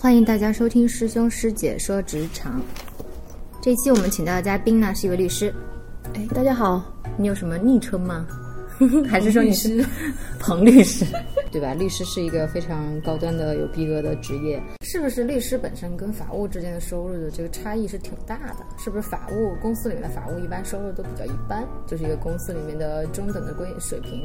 欢迎大家收听师兄师姐说职场。这期我们请到的嘉宾呢是一位律师。哎，大家好，你有什么昵称 吗？还是说你是 彭律师？对吧？律师是一个非常高端的、有逼格的职业。是不是律师本身跟法务之间的收入的这个差异是挺大的？是不是法务公司里面的法务一般收入都比较一般，就是一个公司里面的中等的规水平？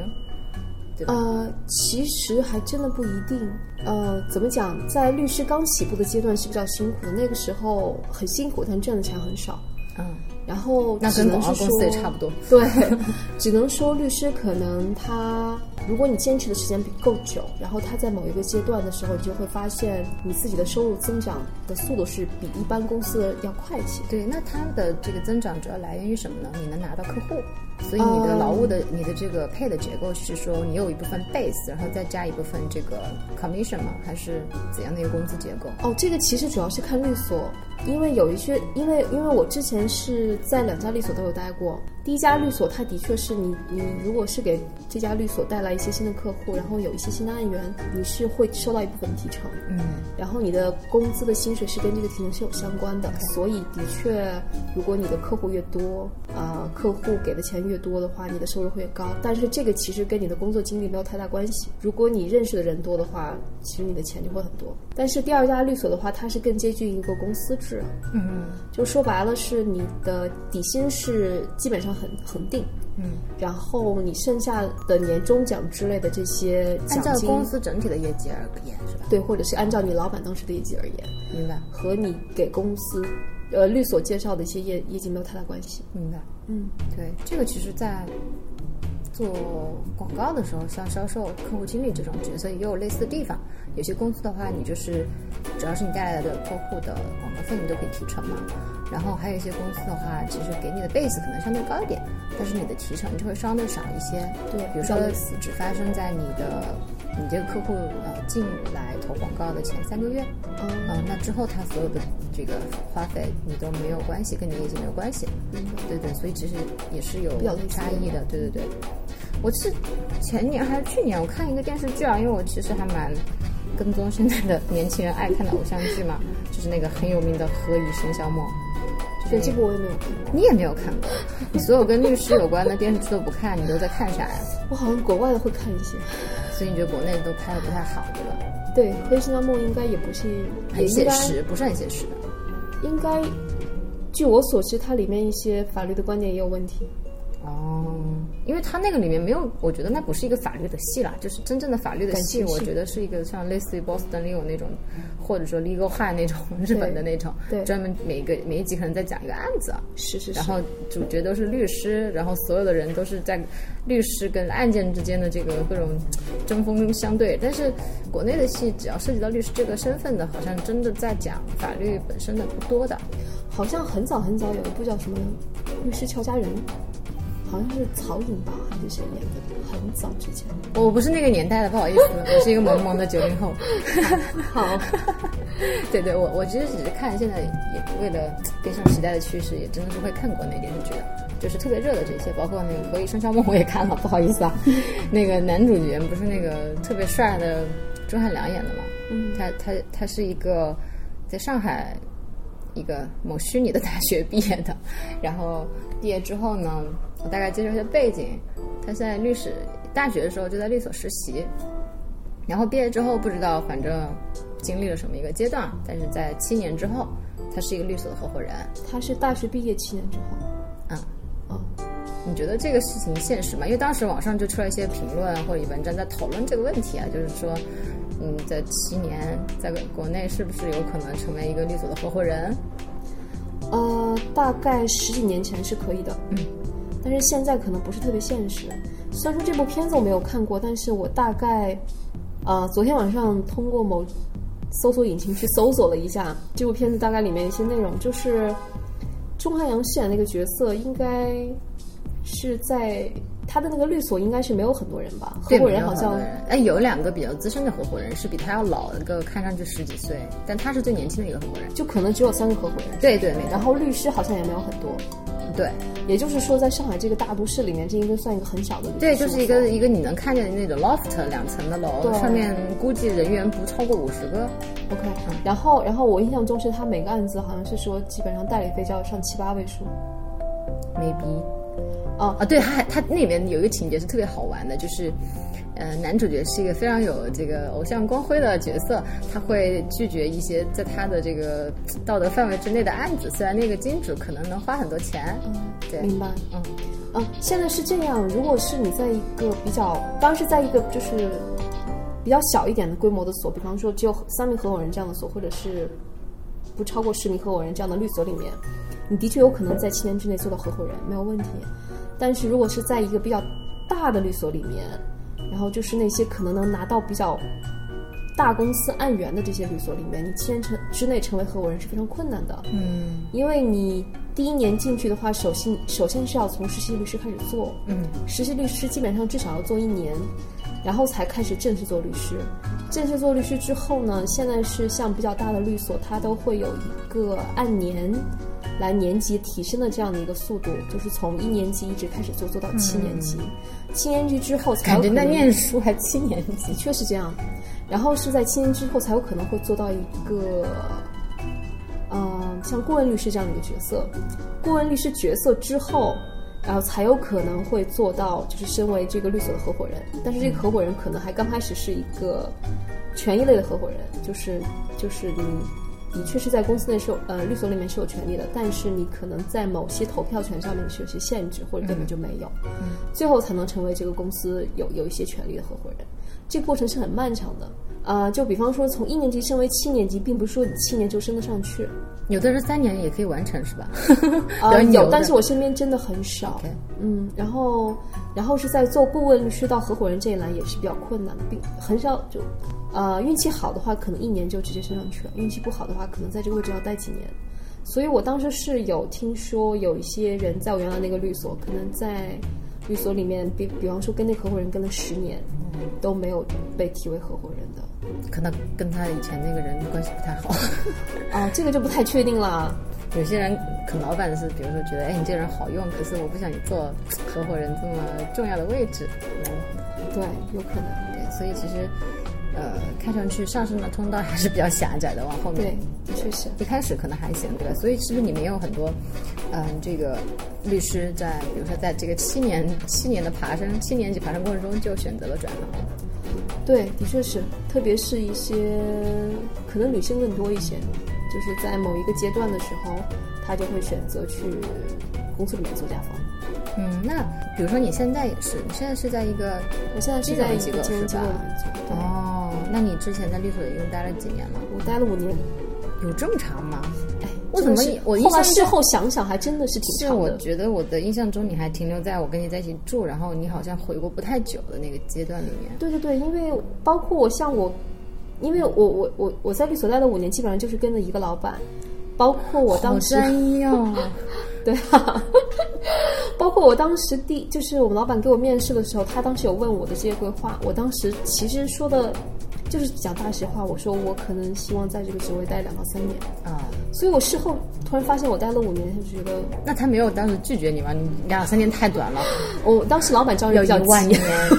对吧？呃，其实还真的不一定。呃，怎么讲，在律师刚起步的阶段是比较辛苦的，那个时候很辛苦，但挣的钱很少。嗯，然后那只跟能广告是公说，司也差不多。对， 只能说律师可能他，如果你坚持的时间比够久，然后他在某一个阶段的时候，你就会发现你自己的收入增长的速度是比一般公司的要快一些。对，那它的这个增长主要来源于什么呢？你能拿到客户，所以哦你的劳务的、你的这个配的结构是说你有一部分 base，然后再加一部分这个 commission 吗？还是怎样的一个工资结构？哦，这个其实主要是看律所，因为有一些，因为因为我之前是在两家律所都有待过。第一家律所，它的确是你你如果是给这家律所带来一些新的客户，然后有一些新的案源，你是会收到一部分提成，嗯，然后你的工资的薪水是跟这个提成是有相关的。所以的确，如果你的客户越多，呃，客户给的钱越多的话，你的收入会越高。但是这个其实跟你的工作经历没有太大关系。如果你认识的人多的话，其实你的钱就会很多。但是第二家律所的话，它是更接近一个公司制，嗯就说白了是你的底薪是基本上很恒定，嗯，然后你剩下的年终奖之类的这些按奖照金，公司整体的业绩而言是吧？对，或者是按照你老板当时的业绩而言，明白，和你给公司，呃，律所介绍的一些业业绩没有太大关系。明白。嗯，对，这个其实，在做广告的时候，像销售、客户经理这种角色也有类似的地方。有些公司的话，你就是只要是你带来的客户的广告费，你都可以提成嘛。然后还有一些公司的话，其实给你的 base 可能相对高一点，但是你的提成就会相对少一些。对比如说只发生在你的你这个客户呃进来投广告的前三个月，哦，嗯，那之后他所有的这个花费你都没有关系，跟你业绩没有关系。明白。对对，所以其实也是有嗯比较类似差异的。对对对，我是前年还是去年，我看一个电视剧啊，因为我其实还蛮跟踪现在的年轻人爱看的偶像剧嘛，就是那个很有名的《何以笙箫默》。对，这部我也没有看过。你也没有看过，你所有跟律师有关的电视剧都不看，你都在看啥呀？我好像国外的会看 一些。所以你觉得国内都拍的不太好，对吧？对，《灰姑娘梦》应该也不是，也很应写该实，不是很写实。应该，据我所知，它里面一些法律的观点也有问题。哦，因为它那个里面没有，我觉得那不是一个法律的戏啦，就是真正的法律的戏，感情戏我觉得是一个像类似于 Boston Legal 那种，或者说 Legal High 那种日本的那种，对专门每一个每一集可能在讲一个案子啊。是是然后主角都是律师，然后所有的人都是在律师跟案件之间的这个各种针锋相对。但是国内的戏只要涉及到律师这个身份的，好像真的在讲法律本身的不多的。好像很早很早有一部叫什么《律师俏佳人》，好像是曹颖吧还是谁演的，很早之前。我不是那个年代的，不好意 思，我是一个萌萌的九零后。好， 对对，我我其实只是看现在也为了跟上时代的趋势，也真的是会看国内电视剧的，就是特别热的这些，包括那个《何以笙箫默》我也看了，不好意 思啊，那个男主角不是那个特别帅的钟汉良演的嘛，嗯他他他是一个在上海一个某虚拟的大学毕业的，然后毕业之后呢，我大概介绍一下背景，他在律师大学的时候就在律所实习，然后毕业之后不知道，反正经历了什么一个阶段，但是在七年之后，他是一个律所的合伙人。他是大学毕业七年之后。嗯，哦，你觉得这个事情现实吗？因为当时网上就出来一些评论或者文章在讨论这个问题啊，就是说，嗯，在七年在国内是不是有可能成为一个律所的合伙人？呃，大概十几年前是可以的，嗯，但是现在可能不是特别现实。虽然说这部片子我没有看过，但是我大概，呃，昨天晚上通过某搜索引擎去搜索了一下这部片子大概里面一些内容，就是钟汉良饰演那个角色应该是在他的那个律所应该是没有很多人吧？合对，伙没有好很像多人哎，有两个比较资深的合伙人是比他要老的，一个看上去十几岁，但他是最年轻的一个合伙人。就可能只有三个合伙人，对对，没然后律师好像也没有很多。错，对也就是说，在上海这个大都市里面，这应该算一个很小的律师对，就是一个事务一个你能看见的那种 loft 两层的楼，对上面估计人员不超过五十个。所 OK。然后，然后我印象中是他每个案子好像是说，基本上代理费就要上七八位数。 maybe 哦啊，对，他还他那里面有一个情节是特别好玩的，就是，呃，男主角是一个非常有这个偶像光辉的角色，他会拒绝一些在他的这个道德范围之内的案子，虽然那个金主可能能花很多钱，对，明白。嗯，嗯，现在是这样。如果是你在一个比较，当然是在一个就是比较小一点的规模的所，比方说只有三名合伙人这样的所，或者是不超过十名合伙人这样的律所里面，你的确有可能在七年之内做到合伙人，没有问题。但是如果是在一个比较大的律所里面，然后就是那些可能能拿到比较大公司案源的这些律所里面，你七年成之内成为合伙人是非常困难的。嗯因为你第一年进去的话，首先首先是要从实习律师开始做，嗯，实习律师基本上至少要做一年，然后才开始正式做律师。正式做律师之后呢，现在是像比较大的律所，它都会有一个按年来年级提升的这样的一个速度，就是从一年级一直开始做，做到七年级。七年级之后才有嗯感可觉能在念书还七年级 的，确是这样。然后是在七年之后才有可能会做到一个，呃，像顾问律师这样的一个角色。顾问律师角色之后，然后才有可能会做到，就是身为这个律所的合伙人。但是这个合伙人可能还刚开始是一个权益类的合伙人，就是就是你。的确是在公司内是有呃律所里面是有权利的，但是你可能在某些投票权上面是有些限制，或者根本就没有。最后才能成为这个公司有有一些权利的合伙人。这个过程是很漫长的。啊、就比方说从一年级升为七年级，并不是说你七年就升得上去。有的人三年也可以完成是 吧？啊、比较牛有，的但是我身边真的很少。 OK 嗯，然后，然后是在做顾问律师到合伙人这一栏也是比较困难的，并很少就，呃，运气好的话可能一年就直接升上去了，运气不好的话可能在这个位置要待几年。所以我当时是有听说有一些人在我原来那个律所，可能在律所里面，比比方说跟那合伙人跟了十年，都没有被提为合伙人的。可能跟他以前那个人关系不太好。 啊、这个就不太确定了。有些人可能老板是，比如说觉得，哎，你这人好用，可是我不想你做合伙人这么重要的位置。对，有可能。对，所以其实，呃，看上去上升的通道还是比较狭窄的，往后面对。，的确是。一开始可能还行，对吧？所以是不是你们也有很多，嗯、这个律师在，比如说在这个七年七年的爬升，七年级爬升过程中就选择了转行？对，的确是，特别是一些可能女性更多一些，就是在某一个阶段的时候，她就会选择去公司里面做家访。嗯，那比如说你现在也是，你现在是在一个我现在是在一个金融金融机构机构里面是做吧，对哦，那你之前在律所已经待了几年了？我待了五年。有这么长吗？哎，我怎么真的是我印后来象事中后想想，还真的是挺是，长我的。觉得我的印象中你还停留在我跟你在一起住，然后你好像回国不太久的那个阶段里面。对对对，因为包括我像我，因为我我我我在律所待的五年，基本上就是跟着一个老板，包括我当时一哦， 对啊，包括我当时第就是我们老板给我面试的时候，他当时有问我的职业规划，我当时其实说的就是讲大实话，我说我可能希望在这个职位待两到三年，啊、所以我事后突然发现我待了五年，他就觉得那他没有当时拒绝你吗？你两三年太短 了，我、哦当时老板招人一比较万急年，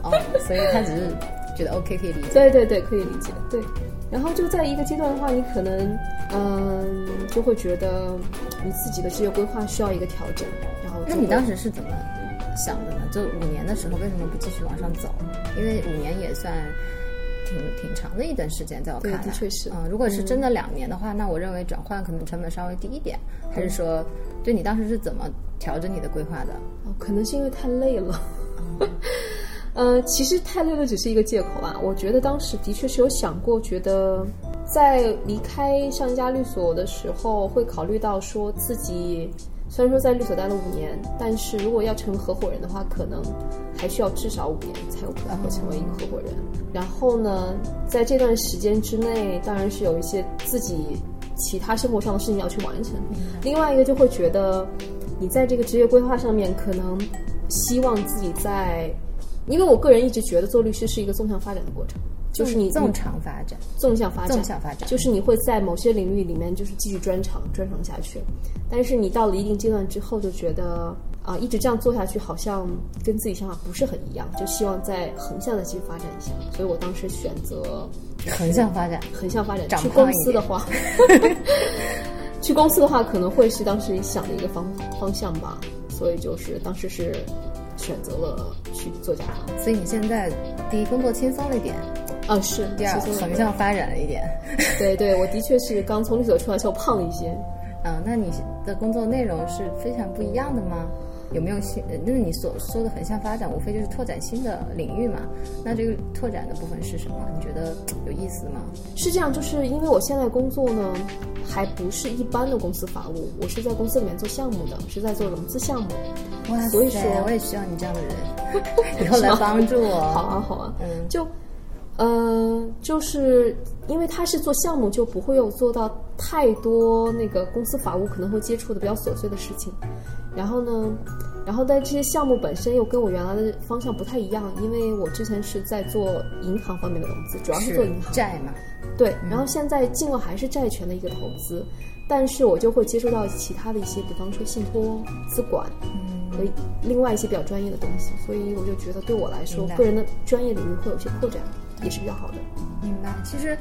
哦，所以他只是觉得 OK 可以理解。对对对，可以理解。对，然后就在一个阶段的话，你可能嗯就会觉得你自己的职业规划需要一个调整，然后那就你会当时是怎么想的呢？就五年的时候为什么不继续往上走？因为五年也算挺挺长的一段时间，在我看对来，的确是嗯，如果是真的两年的话，那我认为转换可能成本稍微低一点。还是说，对你当时是怎么调整你的规划的？哦，可能是因为太累了。 呃，其实太累了只是一个借口啊。我觉得当时的确是有想过，觉得在离开上一家律所的时候，会考虑到说自己虽然说在律所待了五年，但是如果要成为合伙人的话，可能还需要至少五年才有可能会成为一个合伙人。然后呢，在这段时间之内，当然是有一些自己其他生活上的事情要去完成。另外一个就会觉得，你在这个职业规划上面可能希望自己在，因为我个人一直觉得做律师是一个纵向发展的过程，就是你纵长发展，纵向发展，纵向发展就是你会在某些领域里面就是继续专长，专长下去。但是你到了一定阶段之后，就觉得啊、一直这样做下去好像跟自己想法不是很一样，就希望再横向的继续发展一下。所以我当时选择横向发展。横向发展。长去胖公一司的点话， 去公司的话可能会是当时想的一个方方向吧，所以就是当时是选择了去做甲方。所以你现在第一工作轻松了一点，啊，是第二其实我横向发展了一点。对对，我的确是刚从律所出来时候胖了一些。嗯，那你的工作内容是非常不一样的吗？有没有新？呃那你所说的横向发展，无非就是拓展新的领域嘛。那这个拓展的部分是什么？你觉得有意思吗？是这样，就是因为我现在工作呢，还不是一般的公司法务，我是在公司里面做项目的，是在做融资项目。哇塞，所以说我也需要你这样的 人，以后来帮助我。好啊，好啊，嗯就，呃，就是因为他是做项目，就不会有做到太多那个公司法务可能会接触的比较琐碎的事情。然后呢，然后但这些项目本身又跟我原来的方向不太一样，因为我之前是在做银行方面的融资，主要是做银行。债嘛，对，然后现在尽管还是债权的一个投资，但是我就会接触到其他的一些，比方说信托、资管和另外一些比较专业的东西，所以我就觉得对我来说明，白个人的专业领域会有一些扩展，也是比较好的。明白。其实，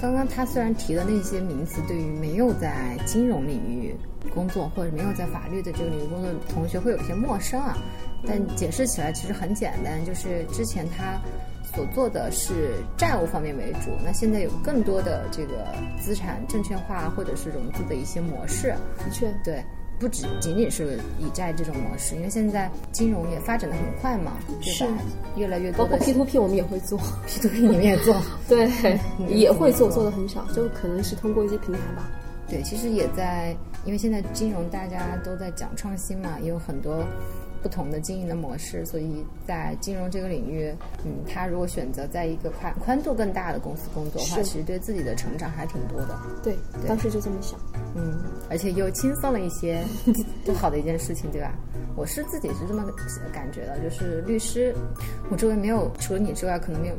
刚刚他虽然提的那些名词，对于没有在金融领域工作或者没有在法律的这个领域工作的同学会有些陌生啊，但解释起来其实很简单，就是之前他。所做的是债务方面为主，那现在有更多的这个资产证券化或者是融资的一些模式，的确，对，不只仅仅是以债这种模式，因为现在金融也发展的很快嘛，对吧？越来越包多括的 P to P 我们也会做， P to P 你们也做，对， 你也你也会会做，做做的很少，就可能是通过一些平台吧。对，其实也在，因为现在金融大家都在讲创新嘛，也有很多不同的经营的模式，所以在金融这个领域，嗯，他如果选择在一个宽宽度更大的公司工作的话，是其实对自己的成长还挺多的，对，对当时就这么想。嗯，而且又轻松了一些，多好的一件事情，对吧？我是自己是这么感觉的，就是律师，我周围没有除了你之外，可能没有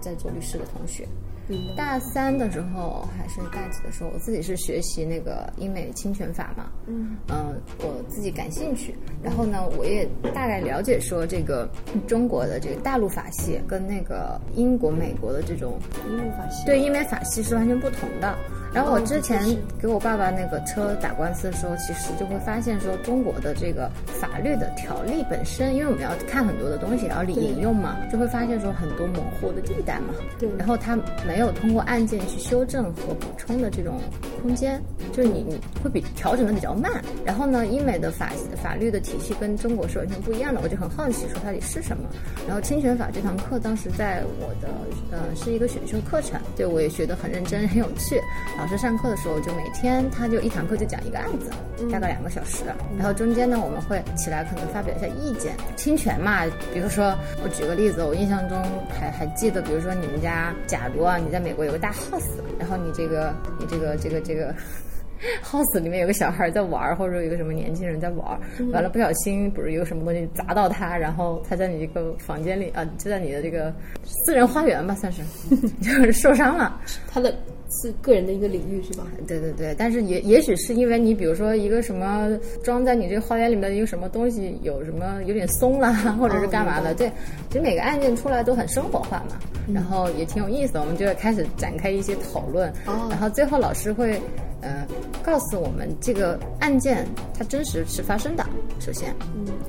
在做律师的同学。明白。大三的时候还是大几的时候，我自己是学习那个英美侵权法嘛，嗯嗯、我自己感兴趣。然后呢，我也大概了解说这个中国的这个大陆法系跟那个英国、美国的这种一路发现。对，因为法系是完全不同的。然后我哦之前是是给我爸爸那个车打官司的时候，其实就会发现说，中国的这个法律的条例本身，因为我们要看很多的东西，然后对引用嘛，就会发现说很多模糊的地带嘛。对然后它没有通过案件去修正和补充的这种空间，就是你你会比调整的比较慢。然后呢，英美的法法律的体系跟中国是完全不一样的，我就很好奇说到底是什么。然后侵权法这堂课当时在我的呃是一个选修课程，对我也学得很认真很有趣。老师上课的时候就每天他就一堂课就讲一个案子，大概两个小时。啊然后中间呢我们会起来可能发表一下意见。侵权嘛，比如说我举个例子，我印象中还还记得，比如说你们家假如啊你在美国有个大 house，然后你这个你这个这个这个 house 里面有个小孩在玩儿，或者有个什么年轻人在玩儿，完了不小心，比如有个什么东西砸到他，然后他在你这个房间里啊，就在你的这个私人花园吧，算是， 就是受伤了。他的是个人的一个领域是吧？对对对，但是也也许是因为你比如说一个什么装在你这个花园里面的一个什么东西有什么有点松啦，或者是干嘛的，明白对，其实每个案件出来都很生活化嘛，然后也挺有意思的，我们就会开始展开一些讨论，哦然后最后老师会呃告诉我们这个案件它真实是发生的，首先，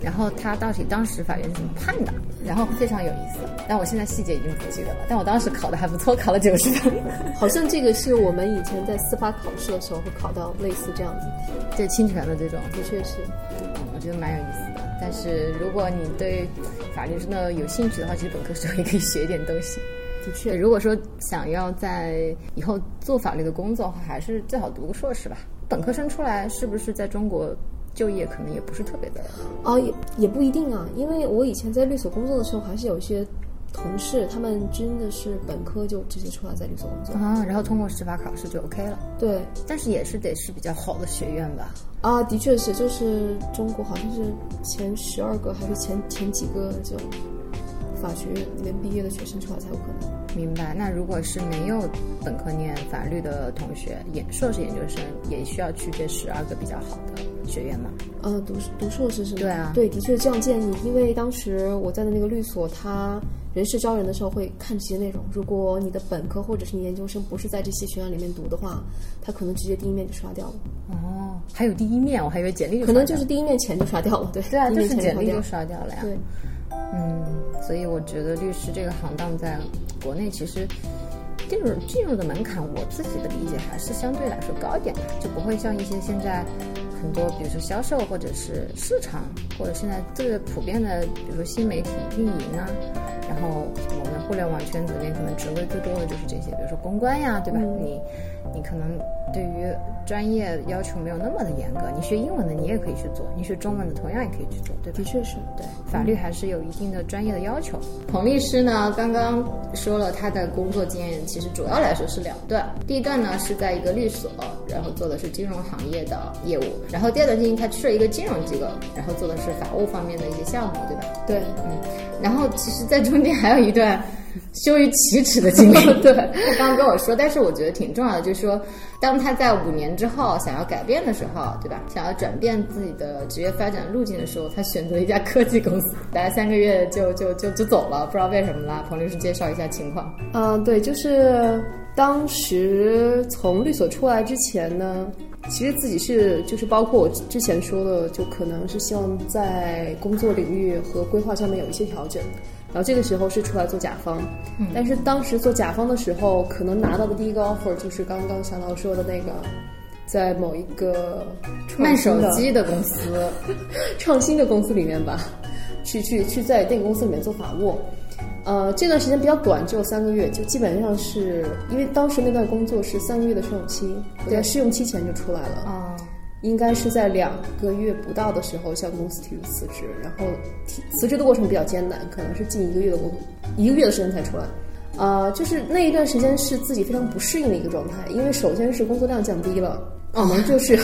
然后它到底当时法院是怎么判的，然后非常有意思，但我现在细节已经不记得了，但我当时考的还不错，考了九十分。 好像这个是我们以前在司法考试的时候会考到类似这样子的题，对侵权的这种，的确是。嗯，我觉得蛮有意思的。但是如果你对法律真的有兴趣的话，其实本科时候也可以学一点东西。的对，确，如果说想要在以后做法律的工作的话，还是最好读个硕士吧。本科生出来是不是在中国就业可能也不是特别的？啊哦，也也不一定啊，因为我以前在律所工作的时候，还是有一些同事，他们真的是本科就直接出来在律所工作。啊，然后通过执法考试就 OK 了，对，但是也是得是比较好的学院吧？啊，的确是，就是中国好像是前十二个还是前前几个就法学院里面毕业的学生出来才有可能。明白。那如果是没有本科念法律的同学，研硕士研究生也需要去这十二个比较好的学院吗？呃，读读硕士是吗？对啊对，的确这样建议，因为当时我在的那个律所，他人事招人的时候会看这些内容。如果你的本科或者是你研究生不是在这些学院里面读的话，他可能直接第一面就刷掉了，哦，还有第一面，我还以为简历就可能刷就掉是第一面前就刷掉了。对，对啊，第一就面是前简刷历掉就了。刷掉了呀。对，嗯，所以我觉得律师这个行当在国内其实进入进入的门槛，我自己的理解还是相对来说高一点的，就不会像一些现在很多，比如说销售或者是市场，或者现在最普遍的，比如说新媒体运营啊，然后我们互联网圈子里面可能职位最多的就是这些，比如说公关呀，对吧？你你可能对于专业要求没有那么的严格，你学英文的你也可以去做，你学中文的同样也可以去做，对吧的？确是对。法律还是有一定的专业的要求。彭律师呢，刚刚说了他的工作经验，其实主要来说是两段。第一段呢是在一个律所，然后做的是金融行业的业务；然后第二段经历他去了一个金融机构，然后做的是法务方面的一些项目，对吧？对，嗯。然后其实，在中间还有一段羞于启齿的经历。 对他刚刚跟我说，但是我觉得挺重要的，就是说，当他在五年之后想要改变的时候，对吧？想要转变自己的职业发展路径的时候，他选择了一家科技公司，待三个月就就就就走了，不知道为什么啦。彭律师介绍一下情况。嗯、对，就是当时从律所出来之前呢，其实自己是就是包括我之前说的，就可能是希望在工作领域和规划上面有一些调整。然后这个时候是出来做甲方，嗯但是当时做甲方的时候，可能拿到的第一个 offer 就是刚刚小老说的那个，在某一个创卖新手的机的公司， 创新的公司里面吧，去去去在电影公司里面做法务。呃，这段时间比较短，只有三个月，就基本上是因为当时那段工作是三个月的试用期，我在试用期前就出来了，哦，应该是在两个月不到的时候向公司提出辞职，然后提辞职的过程比较艰难，可能是近一个月的工一个月的时间才出来。呃，就是那一段时间是自己非常不适应的一个状态，因为首先是工作量降低了，可能就是、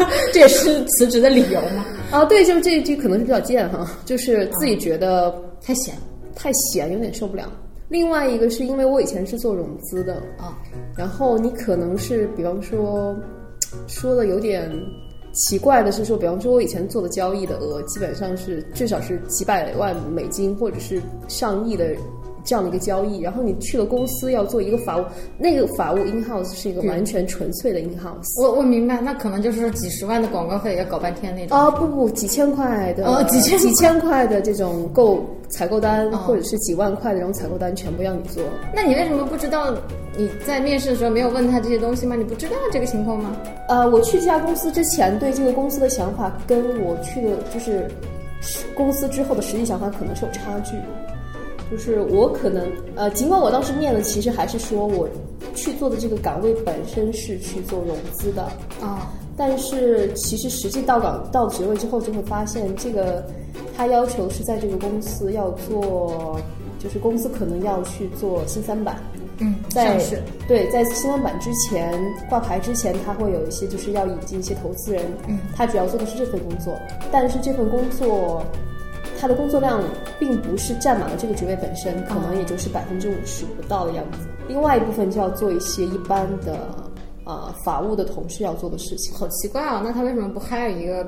这也是辞职的理由吗？啊，对，就是这一句可能是比较贱哈，就是自己觉得太闲太闲，有点受不了。另外一个是因为我以前是做融资的，啊、然后你可能是比方说说的有点奇怪的是说，比方说我以前做的交易的额基本上是至少是几百万美金或者是上亿的这样的一个交易，然后你去了公司要做一个法务，那个法务 in house 是一个完全纯粹的 in house。我我明白，那可能就是几十万的广告费要搞半天那种。啊、不不，几千块的，哦几千几千块的这种购采购单，哦或者是几万块的这种采购单，全部要你做。那你为什么不知道你在面试的时候没有问他这些东西吗？你不知道这个情况吗？呃，我去这家公司之前对这个公司的想法，跟我去的就是公司之后的实际想法可能是有差距的。就是我可能呃，尽管我当时念的其实还是说我去做的这个岗位本身是去做融资的，啊、但是其实实际到岗到职位之后，就会发现这个他要求是在这个公司要做，就是公司可能要去做新三板，嗯，在上市对在新三板之前挂牌之前，他会有一些就是要引进一些投资人，嗯，他主要做的是这份工作，但是这份工作。他的工作量并不是占满了这个职位本身，可哦能也就是百分之五十不到的样子。另外一部分就要做一些一般的呃法务的同事要做的事情。好奇怪哦，那他为什么不 hire 一个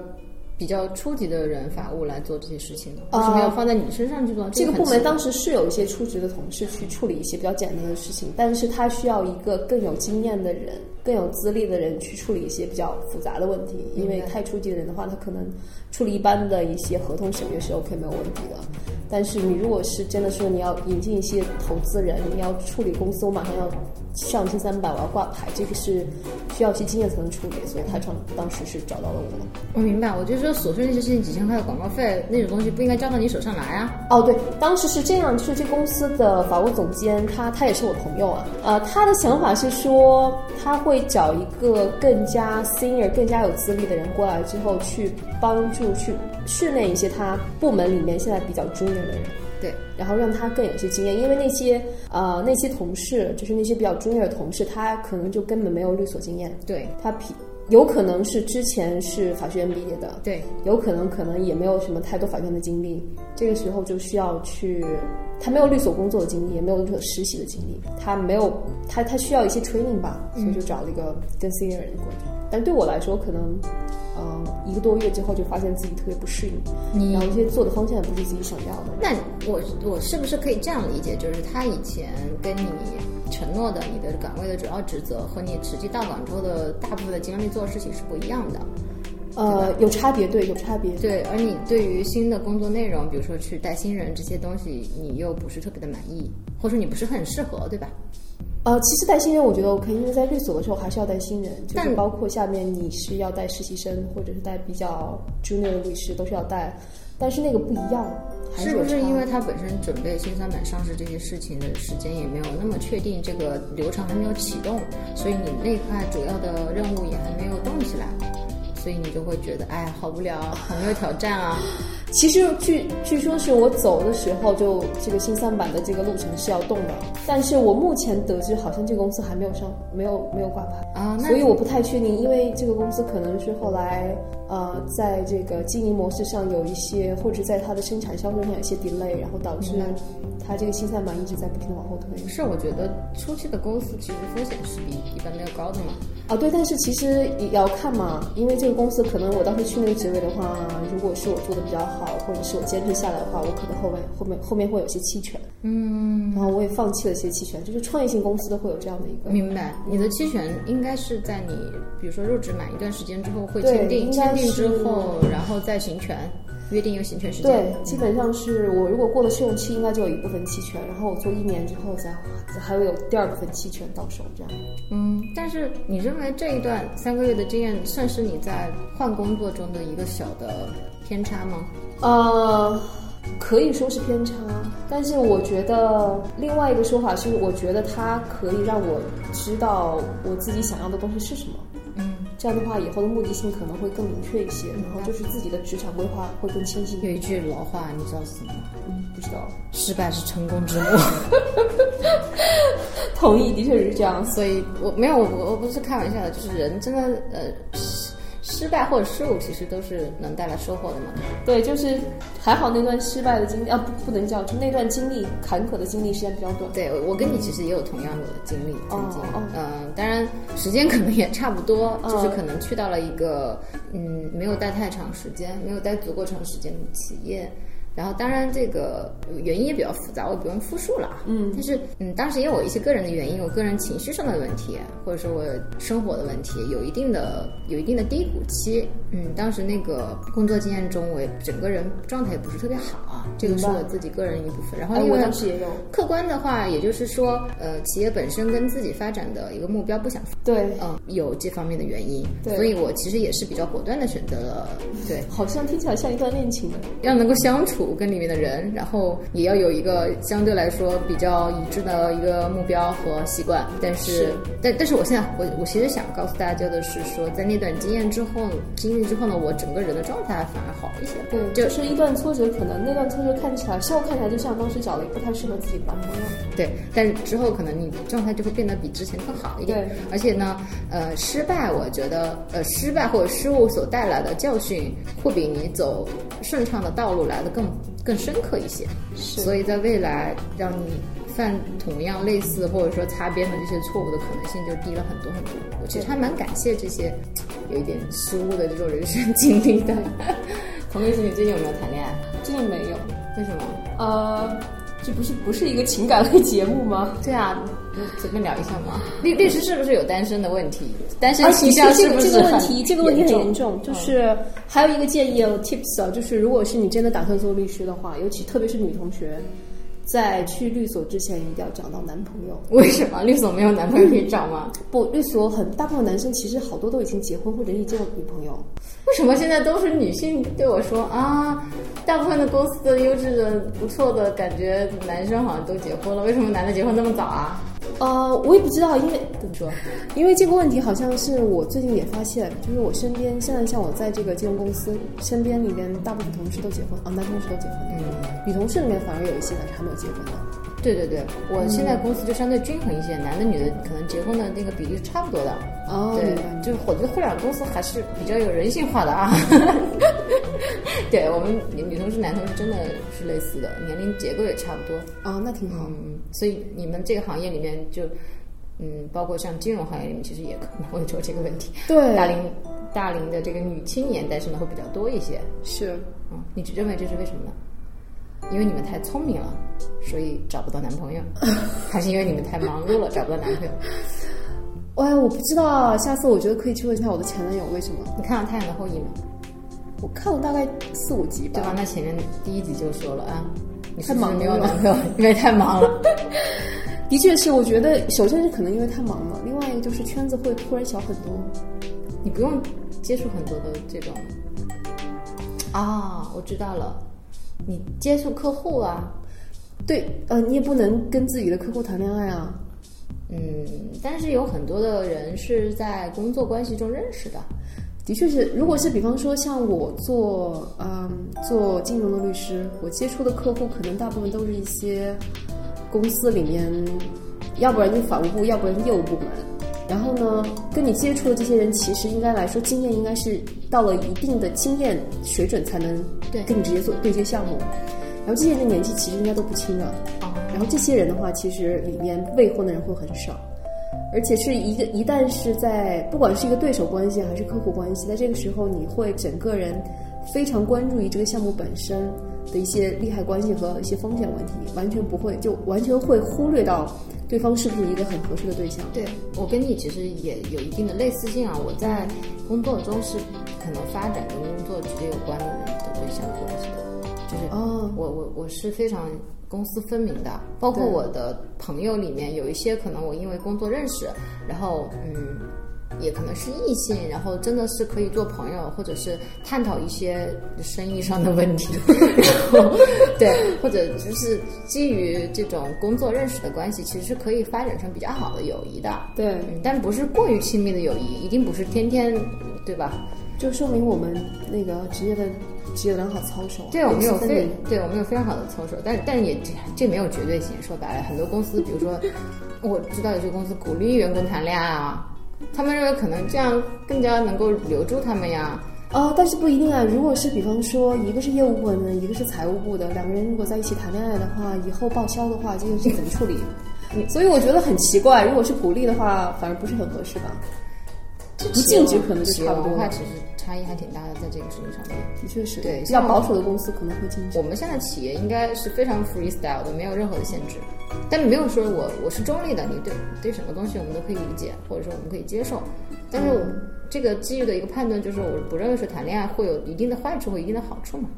比较初级的人法务来做这些事情呢？为啊什么要放在你身上去做？这个很部门奇当时是有一些出职的同事去处理一些比较简单的事情，但是他需要一个更有经验的人、更有资历的人去处理一些比较复杂的问题。因为太初级的人的话，他可能处理一般的一些合同审阅是 OK 没有问题的。但是你如果是真的说你要引进一些投资人，你要处理公司，我马上要上新三板，我要挂牌，这个是需要一些经验才能处理。所以他当当时是找到了我我。明白，我就说琐碎那些事情，几千块的广告费那种东西不应该交到你手上来啊。哦，对，当时是这样，就是这公司的法务总监，他他也是我朋友啊，呃，他的想法是说，他会找一个更加 senior、更加有资历的人过来之后，去帮助去训练一些他部门里面现在比较 junior 的人。对，然后让他更有一些经验，因为那些呃那些同事，就是那些比较 junior 的同事，他可能就根本没有律所经验，对，他匹有可能是之前是法学院毕业的，对，有可能可能也没有什么太多法院的经历，这个时候就需要去，他没有律所工作的经历，也没有律所实习的经历，他没有他他需要一些 training 吧，所以就找了一个更 senior 人过去。但对我来说，可能嗯、呃一个多月之后就发现自己特别不适应，然后一些做的方向也不是自己想要的。那我我是不是可以这样理解，就是他以前跟你承诺的你的岗位的主要职责和你实际到岗之后的大部分的精力做的事情是不一样的？呃，有差别，对，有差别。对，而你对于新的工作内容，比如说去带新人这些东西，你又不是特别的满意，或者说你不是很适合，对吧？呃，其实带新人我觉得 OK，因为在律所的时候还是要带新人，就但是包括下面你是要带实习生或者是带比较 junior 的律师都是要带，但是那个不一样，还是有不是差因为他本身准备新三板上市这些事情的时间也没有那么确定，这个流程还没有启动，所以你那块主要的任务也还没有动起来，所以你就会觉得哎，好无聊，好没有挑战啊。其实据据说是我走的时候就这个新三板的这个路程是要动的，但是我目前得知好像这个公司还没有上，没有没有挂牌啊那所以我不太确定，因为这个公司可能是后来呃在这个经营模式上有一些，或者在它的生产销售上有一些 delay，然后导致它这个新三板一直在不停的往后推。是，我觉得初期的公司其实风险是比一般没有高的嘛。啊，对，但是其实也要看嘛，因为这个公司可能我当时去那个职位的话，如果是我做的比较好，或者是我坚持下来的话，我可能后面后面后面会有些期权，嗯，然后我也放弃了一些期权，就是创业型公司都会有这样的一个，明白，你的期权应该是在你比如说入职满一段时间之后会对签订，应签该订之是后然后再行权，约定一个行权时间。对，基本上是我如果过了试用期，应该就有一部分期权，然后我做一年之后再还会有第二部分期权到手，这样。嗯，但是你认为这一段三个月的经验算是你在换工作中的一个小的偏差吗？呃，可以说是偏差，但是我觉得另外一个说法是，我觉得它可以让我知道我自己想要的东西是什么。嗯，这样的话，以后的目的性可能会更明确一些，然后就是自己的职场规划会更清晰一有点。一句老话，你知道是什么吗？嗯，不知道， 失败是成功之母。 同意，的确是这样。所以我没有，我我不是开玩笑的，就是人真的呃失失败或者失误，其实都是能带来收获的嘛。对，就是还好那段失败的经历啊，不不能叫，就那段经历坎坷的经历时间比较短。对，我我跟你其实也有同样的经历，哦曾经，哦嗯、当然时间可能也差不多，嗯就是可能去到了一个嗯，没有待太长时间，没有待足够长时间的企业。然后，当然这个原因也比较复杂，我不用复述了啊。嗯，但是嗯，当时也有一些个人的原因，我个人情绪上的问题，或者说我生活的问题，有一定的有一定的低谷期。嗯，当时那个工作经验中，我也整个人状态也不是特别好啊，这个是明白我自己个人一部分。然后哎，因我为当时也有。客观的话，也就是说，呃，企业本身跟自己发展的一个目标不相符，对，嗯、有这方面的原因，对所以我其实也是比较果断的选择了，对，好像听起来像一段恋情的。要能够相处跟里面的人，然后也要有一个相对来说比较一致的一个目标和习惯。但是，是但但是我现在我我其实想告诉大家的是说，在那段经验之后经历之后呢，我整个人的状态反而好一些，对，就就是一段挫折，可能那段挫折看起来，像我看起来就像当时找了一个不太适合自己的男朋友。对，但是之后可能你状态就会变得比之前更好一点对。而且呢，呃，失败，我觉得，呃，失败或者失误所带来的教训，会比你走顺畅的道路来的更更深刻一些。是所以在未来，让你犯同样类似或者说擦边的这些错误的可能性就低了很多很多。我其实还蛮感谢这些有一点失误的这种人生经历的。 同学，你最近有没有谈恋爱？真的没有，为什么？呃，这不是不是一个情感类节目吗？对啊，随便聊一下 嘛。啊律律师是不是有单身的问题？单身而且倾向这是个不这是个问很题，这个问题很严严嗯重。就是还有一个建议哦 tips 啊，就是如果是你真的打算做律师的话，尤其特别是女同学，在去律所之前一定要找到男朋友。为什么律所没有男朋友可以找吗？不，律所很大部分男生其实好多都已经结婚或者已经有女朋友。为什么现在都是女性对我说啊？大部分的公司的优质的、不错的感觉男生好像都结婚了，为什么男的结婚那么早啊？呃，我也不知道，因为怎么说？因为这个问题好像是我最近也发现，就是我身边现在像我在这个金融公司身边里面，大部分同事都结婚啊，男同事都结婚，嗯，女同事里面反而有一些男还没有结婚的。对对对，我现在公司就相对均衡一些，男的女的可能结婚的那个比例是差不多的。哦，对明白，就是我觉得互联网公司还是比较有人性化的啊。 对我们女女同事、男同事真的是类似的，年龄结构也差不多。啊，那挺好。嗯，所以你们这个行业里面就，嗯，包括像金融行业里面，其实也可能会有这个问题。对，大龄大龄的这个女青年单身的会比较多一些。是嗯，你认为这是为什么呢？因为你们太聪明了，所以找不到男朋友， 还是因为你们太忙碌了找不到男朋友？哎，我不知道，下次我觉得可以去问一下我的前男友为什么。你看了《太阳的后裔》吗？我看了大概四五集吧，对吧？那前面第一集就说了啊，你是太不是忙没有了男朋友， 因为太忙了。的确是，我觉得首先是可能因为太忙了，另外一个就是圈子会突然小很多。你不用接触很多的这种啊，我知道了，你接触客户啊，对，呃，你也不能跟自己的客户谈恋爱啊。嗯，但是有很多的人是在工作关系中认识的，的确是，如果是比方说像我做，嗯，做金融的律师，我接触的客户可能大部分都是一些公司里面，要不然就法务部，要不然业务部门。然后呢，跟你接触的这些人，其实应该来说，经验应该是到了一定的经验水准才能对跟你直接做对接项目。然后这些人的年纪其实应该都不轻了。啊然后这些人的话，其实里面未婚的人会很少，而且是一个一旦是在不管是一个对手关系还是客户关系，在这个时候你会整个人非常关注于这个项目本身的一些利害关系和一些风险问题，完全不会就完全会忽略到对方是不是一个很合适的对象。对我跟你其实也有一定的类似性啊。我在工作中是可能发展跟工作直接有关的人的对象关系的，就是哦我我我是非常公私分明的，包括对我的朋友里面有一些可能我因为工作认识，然后嗯，也可能是异性，然后真的是可以做朋友，或者是探讨一些生意上的问题， 然后对，或者就是基于这种工作认识的关系，其实是可以发展成比较好的友谊的。对，嗯，但不是过于亲密的友谊，一定不是天天，对吧？就说明我们那个职业的职业良好操守啊。对我们有公私分非明对我们有非常好的操守，但但也这这没有绝对性。说白了，很多公司，比如说，我知道有些公司鼓励员工谈恋爱啊，他们认为可能这样更加能够留住他们呀。哦，但是不一定啊。如果是比方说，一个是业务部门的，一个是财务部的，两个人如果在一起谈恋爱的话，以后报销的话，这件事怎么处理？嗯所以我觉得很奇怪，如果是鼓励的话，反而不是很合适吧？不禁止可能就企业差不文多化了。其实差异还挺大的，在这个事情上面。的确是，对比较像保守的公司可能会禁止我。们现在企业应该是非常 freestyle 的，没有任何的限制。但没有说我我是中立的，你对对什么东西我们都可以理解，或者说我们可以接受。但是我这个基于的一个判断就是，我不认为说谈恋爱会有一定的坏处或一定的好处嘛。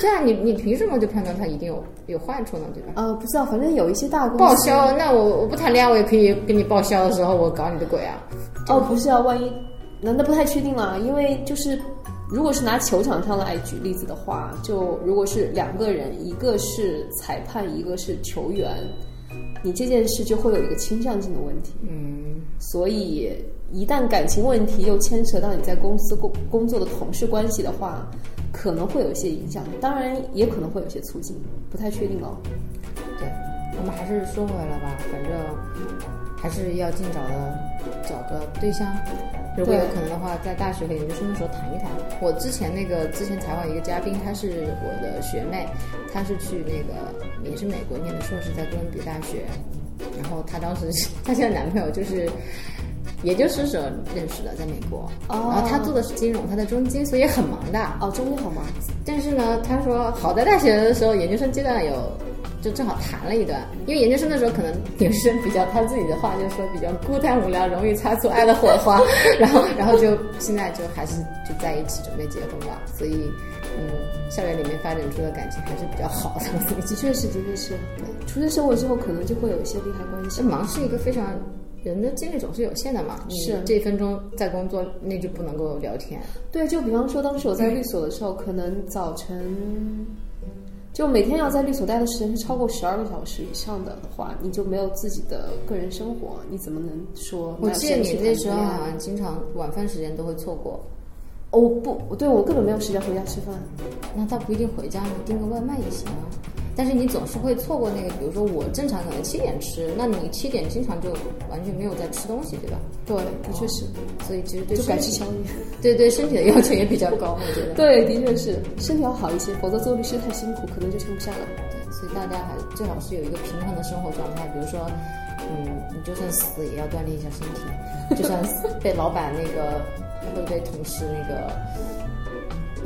这样你你凭什么就判断它一定有有坏处呢？对吧？呃，不知道，反正有一些大公司报销，那我我不谈恋爱，我也可以跟你报销的时候，我搞你的鬼啊！哦，不是啊，万一难道不太确定了？因为就是，如果是拿球场上来举例子的话，就如果是两个人，一个是裁判，一个是球员，你这件事就会有一个倾向性的问题。嗯，所以一旦感情问题又牵扯到你在公司工工作的同事关系的话，可能会有一些影响，当然也可能会有一些促进，不太确定哦。对，我们还是说回来吧，反正还是要尽早的找个对象。如果有对可能的话，在大学和研究生的时候谈一谈。我之前那个之前采访一个嘉宾，她是我的学妹，她是去那个也是美国念的硕士，在哥伦比亚大学。然后她当时 她现在男朋友就是研究生时候认识的，在美国。哦然后她做的是金融，她在中金，所以很忙的。哦，中间好吗？但是呢，他说好在大学的时候研究生阶段有，就正好谈了一段，因为研究生的时候可能女生比较，他自己的话就说比较孤单无聊，容易擦出爱的火 花，然后然后就现在就还是就在一起准备结婚吧，所以嗯，校园里面发展出的感情还是比较好的，所以的确是，的确是。对，出身社会之后，可能就会有一些利害关系这。忙是一个非常。人的精力总是有限的嘛，你是这一分钟在工作，那就不能够聊天。对，就比方说，当时我在律所的时候，可能早晨就每天要在律所待的时间是超过十二个小时以上的的话，你就没有自己的个人生活，你怎么能说？我记得你啊那时候好像经常晚饭时间都会错过，哦，我不，我对我根本没有时间回家吃饭。那倒不一定回家，你订个外卖也行啊。但是你总是会错过那个，比如说我正常可能七点吃，那你七点经常就完全没有在吃东西，对吧？对，的确是，所以其实对哦就身改体吃宵夜。对对身体的要求也比较高，我觉得。 对，的确是，身体要好一些，否则做律师太辛苦，可能就撑不下来。对所以大家还最好是有一个平衡的生活状态，比如说，嗯，你就算死也要锻炼一下身体，就算死被老板那个或者被同事那个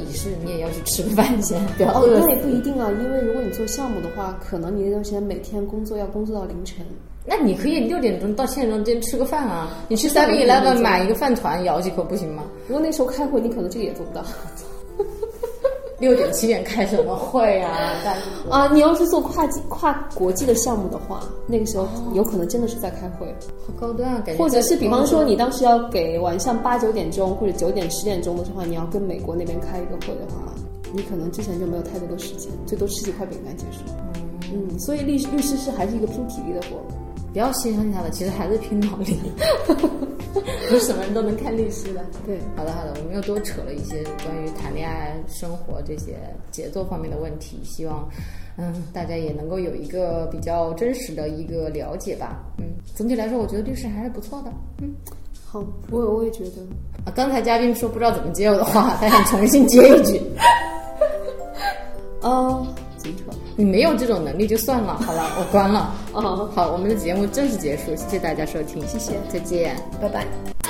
鄙视，你也要去吃个饭先，不要哦，饿那死。也不一定啊，因为如果你做项目的话，可能你那段时间每天工作要工作到凌晨。那你可嗯以六点钟到七点钟之间吃个饭啊，你去 Seven 对 Eleven 买一个饭团咬几口不行吗？如果那时候开会，你可能这个也做不 到。六点七点开什么会啊？大家啊，你要是做跨境跨国际的项目的话，那个时候有可能真的是在开会，好高端啊，感觉或者是比方说你当时要给晚上八九点钟或者九点十点钟的话，你要跟美国那边开一个会的话，你可能之前就没有太多的时间，最多吃几块饼干结束。嗯，所以律律师是还是一个拼体力的活。不要牺牲他了，其实还是拼脑力， 不是什么人都能看律师的。对，好的，好的，我们又多扯了一些关于谈恋爱、生活这些节奏方面的问题，希望，嗯，大家也能够有一个比较真实的一个了解吧。嗯，总体来说，我觉得律师还是不错的。嗯，好，我我也觉得，啊，刚才嘉宾说不知道怎么接我的话，他想重新接一句。哦，怎么说？你没有这种能力就算了，好了，我关了。哦，好，我们的节目正式结束，谢谢大家收听，谢谢再见。拜拜。